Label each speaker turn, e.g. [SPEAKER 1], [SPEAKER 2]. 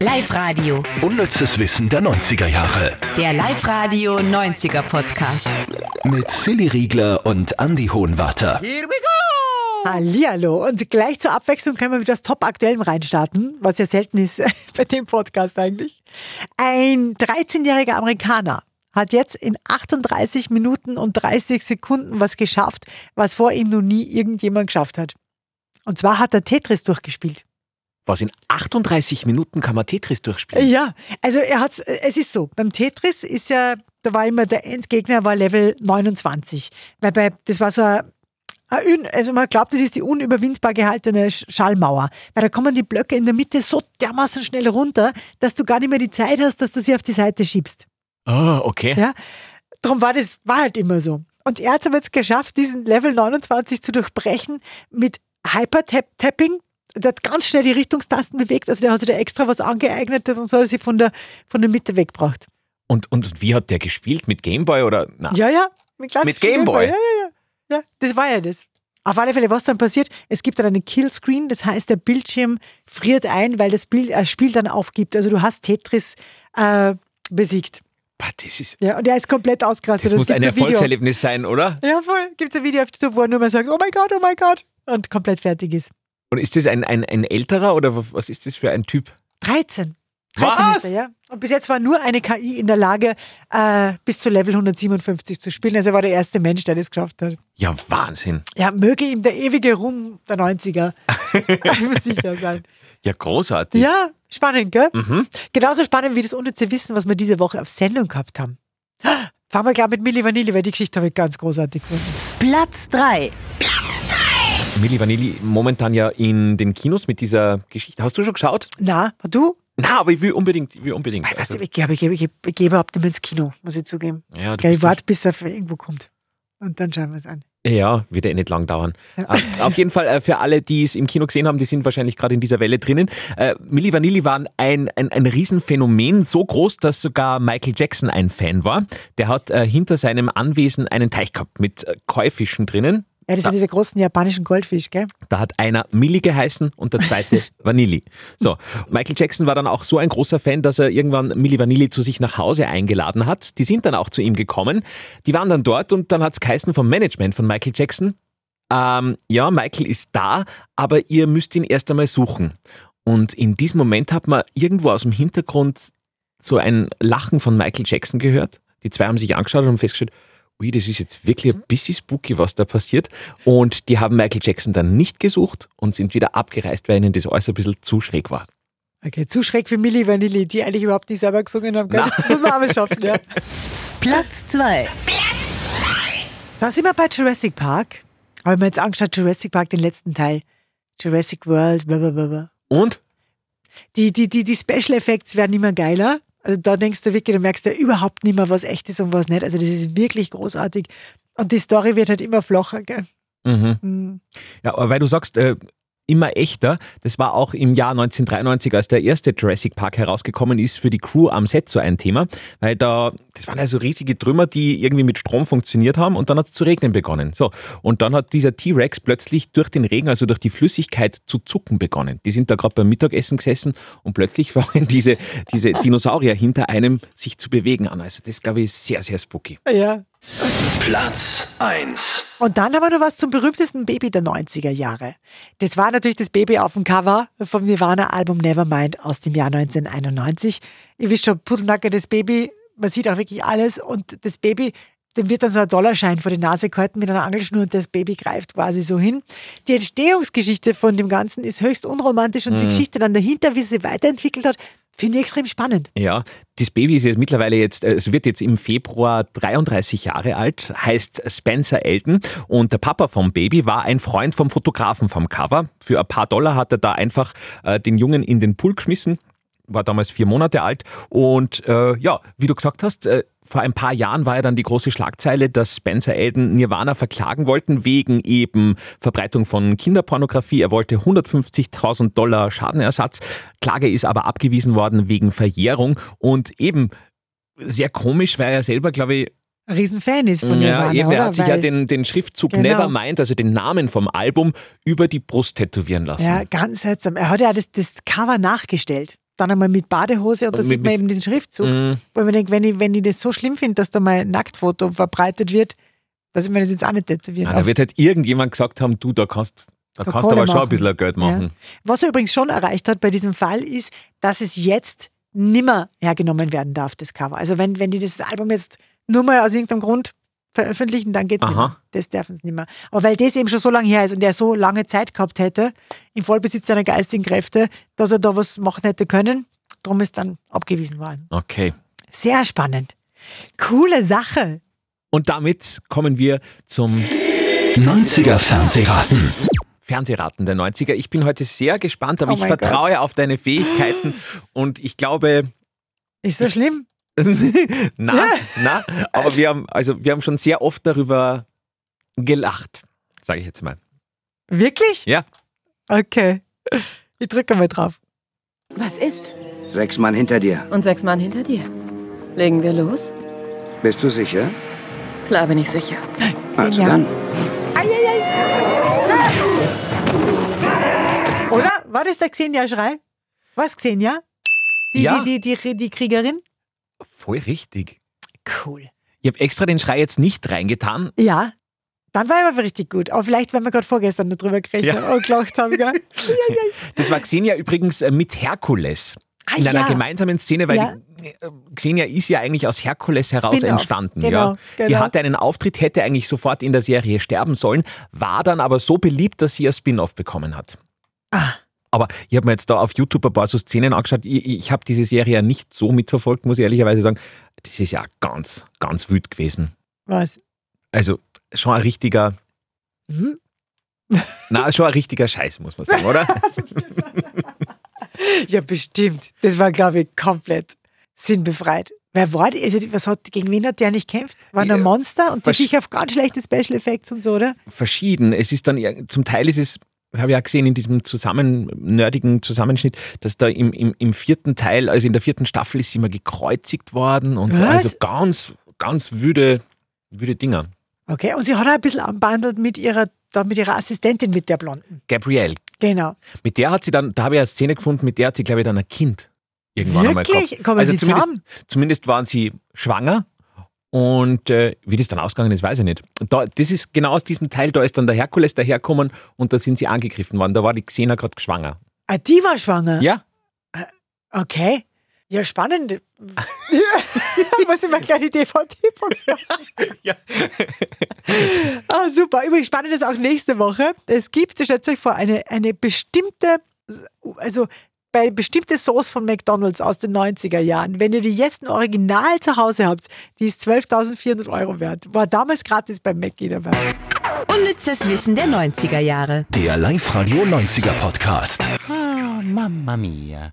[SPEAKER 1] Live-Radio.
[SPEAKER 2] Unnützes Wissen der 90er Jahre.
[SPEAKER 1] Der Live-Radio 90er Podcast.
[SPEAKER 2] Mit Silly Riegler und Andy Hohenwarter.
[SPEAKER 3] Hallihallo. Und gleich zur Abwechslung können wir mit was Top-Aktuellem reinstarten, was ja selten ist bei dem Podcast eigentlich. Ein 13-jähriger Amerikaner hat jetzt in 38 Minuten und 30 Sekunden was geschafft, was vor ihm noch nie irgendjemand geschafft hat. Und zwar hat er Tetris durchgespielt.
[SPEAKER 4] Was in 38 Minuten kann man Tetris durchspielen?
[SPEAKER 3] Ja, also er hat's, es ist so, beim Tetris ist ja, da war immer der Endgegner war Level 29. Weil bei, das war so ein, ein un- also man glaubt, das ist die unüberwindbar gehaltene Sch- Schallmauer. Weil da kommen die Blöcke in der Mitte so dermaßen schnell runter, dass du gar nicht mehr die Zeit hast, dass du sie auf die Seite schiebst.
[SPEAKER 4] Ah, okay.
[SPEAKER 3] Ja? Darum war das, war halt immer so. Und er hat es aber jetzt geschafft, diesen Level 29 zu durchbrechen mit Hyper-Tapping. Der hat ganz schnell die Richtungstasten bewegt, also der hat sich da extra was angeeignet und so, dass sie von der, von der Mitte wegbracht.
[SPEAKER 4] Und, und wie hat der gespielt? Mit Gameboy oder? Na,
[SPEAKER 3] Ja, ja, mit, klassischem
[SPEAKER 4] Mit Gameboy?
[SPEAKER 3] Ja, ja, ja, ja. Das war ja das. Auf alle Fälle, was dann passiert, es gibt dann eine Killscreen, das heißt, der Bildschirm friert ein, weil das Bild, äh, Spiel dann aufgibt. Also du hast Tetris äh, besiegt.
[SPEAKER 4] Bah, das ist,
[SPEAKER 3] Ja, und er ist komplett ausgerastet. Also
[SPEAKER 4] das muss ein
[SPEAKER 3] gibt's ein Video.
[SPEAKER 4] Erfolgserlebnis sein, oder?
[SPEAKER 3] Ja, voll. Gibt es ein Video auf YouTube, wo er nur mal sagt, oh mein Gott, oh mein Gott. Und komplett fertig ist.
[SPEAKER 4] Und ist das ein, ein, ein älterer oder was ist das für ein Typ?
[SPEAKER 3] 13. 13
[SPEAKER 4] Was?
[SPEAKER 3] ist er, ja. Und bis jetzt war nur eine KI in der Lage, äh, bis zu Level 157 zu spielen. Also er war der erste Mensch, der das geschafft hat.
[SPEAKER 4] Ja, Wahnsinn.
[SPEAKER 3] Ja, möge ihm der ewige Ruhm der 90er sicher sein.
[SPEAKER 4] Ja, großartig.
[SPEAKER 3] Ja, spannend, gell? Genauso spannend wie das unnütze Wissen, was wir diese Woche auf Sendung gehabt haben. Fangen wir gleich mit Milli Vanilli, weil die Geschichte habe ich ganz großartig gefunden.
[SPEAKER 1] Platz 3.
[SPEAKER 4] Milli Vanilli momentan ja in den Kinos mit dieser Geschichte. Hast du schon geschaut?
[SPEAKER 3] Na, du?
[SPEAKER 4] Na, aber ich will unbedingt, ich will unbedingt. Also,
[SPEAKER 3] Ich, weiß nicht, ich, glaube, ich, ich, ich, ich gehe überhaupt nicht mehr ins Kino, muss ich zugeben.
[SPEAKER 4] ja,
[SPEAKER 3] Ich,
[SPEAKER 4] du
[SPEAKER 3] glaube, ich
[SPEAKER 4] Also bist
[SPEAKER 3] warte, bis er irgendwo kommt. Und dann schauen wir es an.
[SPEAKER 4] Ja, wird eh nicht lang dauern. Äh, Auf jeden Fall äh, für alle, die es im Kino gesehen haben, die sind wahrscheinlich gerade in dieser Welle drinnen. Äh, Milli Vanilli war ein, ein, ein Riesenphänomen, so groß, dass sogar Michael Jackson ein Fan war. Der hat äh, hinter seinem Anwesen einen Teich gehabt mit äh, Käufischen drinnen.
[SPEAKER 3] Ja, das sind diese großen japanischen Goldfisch, gell?
[SPEAKER 4] Da hat einer Milli geheißen und der zweite Vanilli. So, Michael Jackson war dann auch so ein großer Fan, dass er irgendwann Milli Vanilli zu sich nach Hause eingeladen hat. Die sind dann auch zu ihm gekommen. Die waren dann dort und dann hat es geheißen vom Management von Michael Jackson, ähm, ja, Michael ist da, aber ihr müsst ihn erst einmal suchen. Und in diesem Moment hat man irgendwo aus dem Hintergrund so ein Lachen von Michael Jackson gehört. Die zwei haben sich angeschaut und haben festgestellt, ui, das ist jetzt wirklich ein bisschen spooky, was da passiert. Und die haben Michael Jackson dann nicht gesucht und sind wieder abgereist, weil ihnen das alles ein bisschen zu schräg war.
[SPEAKER 3] Okay, zu schräg für Milli Vanilli, die eigentlich überhaupt nicht selber gesungen haben. Gell? Das müssen wir aber schaffen, ja.
[SPEAKER 1] Platz 2.
[SPEAKER 3] Da sind wir bei Jurassic Park. Aber wenn man jetzt angeschaut, Jurassic Park, den letzten Teil. Jurassic World, blablabla.
[SPEAKER 4] Und?
[SPEAKER 3] Die, die, die, die Special Effects werden immer geiler. Also da denkst du wirklich, da merkst du überhaupt nicht mehr, was echt ist und was nicht. Also das ist wirklich großartig. Und die Story wird halt immer flacher, gell?
[SPEAKER 4] Mhm.
[SPEAKER 3] Hm.
[SPEAKER 4] Ja, aber weil du sagst, äh, immer echter, das war auch im Jahr 1993, als der erste Jurassic Park herausgekommen ist, für die Crew am Set so ein Thema, weil da, das waren ja so riesige Trümmer, die irgendwie mit Strom funktioniert haben und dann hat es zu regnen begonnen. So, und dann hat dieser T-Rex plötzlich durch den Regen, also durch die Flüssigkeit zu zucken begonnen. Die sind da gerade beim Mittagessen gesessen und plötzlich fangen diese, diese Dinosaurier hinter einem sich zu bewegen an. Also das, glaube ich, ist sehr, sehr spooky.
[SPEAKER 3] Ja.
[SPEAKER 2] Platz 1.
[SPEAKER 3] Und dann aber noch was zum berühmtesten Baby der 90er Jahre. Das war natürlich das Baby auf dem Cover vom Nirvana-Album Nevermind aus dem Jahr 1991. Ihr wisst schon, pudelnackiges Baby, man sieht auch wirklich alles und das Baby, dem wird dann so ein Dollarschein vor die Nase gehalten mit einer Angelschnur und das Baby greift quasi so hin. Die Entstehungsgeschichte von dem Ganzen ist höchst unromantisch
[SPEAKER 4] Mhm.
[SPEAKER 3] und die Geschichte dann dahinter, wie sie sich weiterentwickelt hat, finde ich extrem spannend.
[SPEAKER 4] Ja, das Baby ist jetzt mittlerweile jetzt, äh, es wird jetzt im Februar 33 Jahre alt, heißt Spencer Elton und der Papa vom Baby war ein Freund vom Fotografen vom Cover. Für ein paar Dollar hat er da einfach äh, den Jungen in den Pool geschmissen, war damals vier Monate alt und äh, ja, wie du gesagt hast, äh, vor ein paar Jahren war ja dann die große Schlagzeile, dass Spencer Elden Nirvana verklagen wollten wegen eben Verbreitung von Kinderpornografie. Er wollte 150.000 Dollar Schadenersatz. Klage ist aber abgewiesen worden wegen Verjährung und eben sehr komisch, weil er selber, glaube ich,
[SPEAKER 3] Ein Riesenfan ist von Nirvana,
[SPEAKER 4] ja, eben,
[SPEAKER 3] oder?
[SPEAKER 4] er hat sich ja
[SPEAKER 3] Weil-
[SPEAKER 4] den, den Schriftzug
[SPEAKER 3] Genau.
[SPEAKER 4] Nevermind, also den Namen vom Album, über die Brust tätowieren lassen.
[SPEAKER 3] Ja, ganz seltsam. Er hat ja das, das Cover nachgestellt. dann einmal mit Badehose und da
[SPEAKER 4] Und
[SPEAKER 3] sieht
[SPEAKER 4] Also mit-
[SPEAKER 3] man
[SPEAKER 4] mit- Mhm.
[SPEAKER 3] eben diesen Schriftzug. Wo ich mir denke, wenn ich, wenn ich das so schlimm finde, dass da mein Nacktfoto verbreitet wird, dass ich mir das jetzt auch nicht tätowieren.
[SPEAKER 4] Ah, da
[SPEAKER 3] Auf-
[SPEAKER 4] wird halt irgendjemand gesagt haben, du, da kannst, da
[SPEAKER 3] Da
[SPEAKER 4] kannst
[SPEAKER 3] Kohle
[SPEAKER 4] aber schon ein
[SPEAKER 3] machen.
[SPEAKER 4] bisschen Geld machen.
[SPEAKER 3] Was er übrigens schon erreicht hat bei diesem Fall ist, dass es jetzt nimmer hergenommen werden darf, das Cover. Also wenn, wenn die dieses Album jetzt nur mal aus irgendeinem Grund veröffentlichen, dann geht
[SPEAKER 4] Aha.
[SPEAKER 3] das dürfen sie nicht mehr. Aber weil das eben schon so lange her ist und er so lange Zeit gehabt hätte, im Vollbesitz seiner geistigen Kräfte, dass er da was machen hätte können, drum ist dann abgewiesen worden.
[SPEAKER 4] Okay.
[SPEAKER 3] Sehr spannend. Coole Sache.
[SPEAKER 4] Und damit kommen wir zum
[SPEAKER 2] 90er Fernsehraten.
[SPEAKER 4] Fernsehraten der 90er. Ich bin heute sehr gespannt, aber
[SPEAKER 3] Oh
[SPEAKER 4] ich
[SPEAKER 3] mein Gott.
[SPEAKER 4] vertraue auf deine Fähigkeiten und ich glaube,
[SPEAKER 3] Ist so schlimm.
[SPEAKER 4] na, na, aber wir haben, also wir haben schon sehr oft darüber gelacht, sage ich jetzt mal.
[SPEAKER 3] Wirklich?
[SPEAKER 4] Ja.
[SPEAKER 3] Okay. Ich drücke mal drauf.
[SPEAKER 5] Was ist?
[SPEAKER 6] Sechs Mann hinter dir.
[SPEAKER 5] Und sechs Mann hinter dir. Legen wir los?
[SPEAKER 6] Bist du sicher?
[SPEAKER 5] Klar bin ich sicher.
[SPEAKER 3] Zehn
[SPEAKER 6] Also
[SPEAKER 3] Jahre.
[SPEAKER 6] dann.
[SPEAKER 3] Oder? War das der Xenia-Schrei? Was, Xenia? Die,
[SPEAKER 4] Ja.
[SPEAKER 3] die, die, die, die Kriegerin?
[SPEAKER 4] Voll richtig.
[SPEAKER 3] Cool.
[SPEAKER 4] Ich habe extra den Schrei jetzt nicht reingetan.
[SPEAKER 3] Ja. Dann war er aber richtig gut. Aber vielleicht, weil wir gerade vorgestern noch drüber geredet
[SPEAKER 4] Ja.
[SPEAKER 3] haben und gelacht haben, gell?
[SPEAKER 4] Das war Xenia übrigens äh, mit Herkules.
[SPEAKER 3] Ah,
[SPEAKER 4] in einer
[SPEAKER 3] ja.
[SPEAKER 4] gemeinsamen Szene, weil
[SPEAKER 3] Ja.
[SPEAKER 4] die, äh, Xenia ist ja eigentlich aus Herkules heraus
[SPEAKER 3] Spin-off.
[SPEAKER 4] entstanden.
[SPEAKER 3] Genau,
[SPEAKER 4] ja. Die
[SPEAKER 3] genau.
[SPEAKER 4] hatte einen Auftritt, hätte eigentlich sofort in der Serie sterben sollen, war dann aber so beliebt, dass sie ein Spin-off bekommen hat.
[SPEAKER 3] Ah.
[SPEAKER 4] Aber ich habe mir jetzt da auf YouTube ein paar so Szenen angeschaut. Ich, ich habe diese Serie ja nicht so mitverfolgt, muss ich ehrlicherweise sagen. Das ist ja ganz, ganz wüt gewesen.
[SPEAKER 3] Was?
[SPEAKER 4] Also schon ein richtiger,
[SPEAKER 3] Hm?
[SPEAKER 4] na, schon ein richtiger Scheiß, muss man sagen, oder?
[SPEAKER 3] Ja, bestimmt. Das war, glaube ich, komplett sinnbefreit. Wer war die? Also, die- was hat, gegen wen hat der nicht gekämpft? War
[SPEAKER 4] Ja,
[SPEAKER 3] ein Monster und die
[SPEAKER 4] versch-
[SPEAKER 3] sicher auf ganz schlechte Special Effects und so, oder?
[SPEAKER 4] verschieden. Es ist dann, eher- zum Teil ist es, das habe ich auch gesehen in diesem zusammen, nerdigen Zusammenschnitt, dass da im, im, im vierten Teil, also in der vierten Staffel ist sie immer gekreuzigt worden und so.
[SPEAKER 3] Was?
[SPEAKER 4] Also ganz, ganz wüde, wüde Dinger.
[SPEAKER 3] Okay. Und sie hat auch ein bisschen anbandelt mit ihrer, da mit ihrer Assistentin, mit der Blonden.
[SPEAKER 4] Gabrielle,
[SPEAKER 3] Genau.
[SPEAKER 4] mit der hat sie dann, da habe ich eine Szene gefunden, mit der hat sie, glaube ich, dann ein Kind irgendwann einmal gehabt. Also
[SPEAKER 3] Wirklich? Kommen sie
[SPEAKER 4] zumindest,
[SPEAKER 3] zusammen?
[SPEAKER 4] zumindest waren sie schwanger. Und äh, wie das dann ausgegangen ist, weiß ich nicht. Und Da, das ist genau aus diesem Teil, da ist dann der Herkules daherkommen und da sind sie angegriffen worden. Da war die Xena gerade schwanger.
[SPEAKER 3] Ah, die war schwanger?
[SPEAKER 4] Ja,
[SPEAKER 3] Okay. Ja, spannend. Muss ich mal gleich die DVD programmieren.
[SPEAKER 4] Ja.
[SPEAKER 3] Ah, super. Übrigens spannend ist auch nächste Woche. Es gibt, stellt euch vor, eine, eine bestimmte, also bei bestimmte Sauce von McDonalds aus den 90er Jahren. Wenn ihr die jetzt im Original zu Hause habt, die ist 12.400 Euro wert. War damals gratis beim Mackie dabei.
[SPEAKER 1] Unnützes Wissen der 90er Jahre.
[SPEAKER 2] Der Live-Radio 90er Podcast.
[SPEAKER 7] Ah, mamma mia.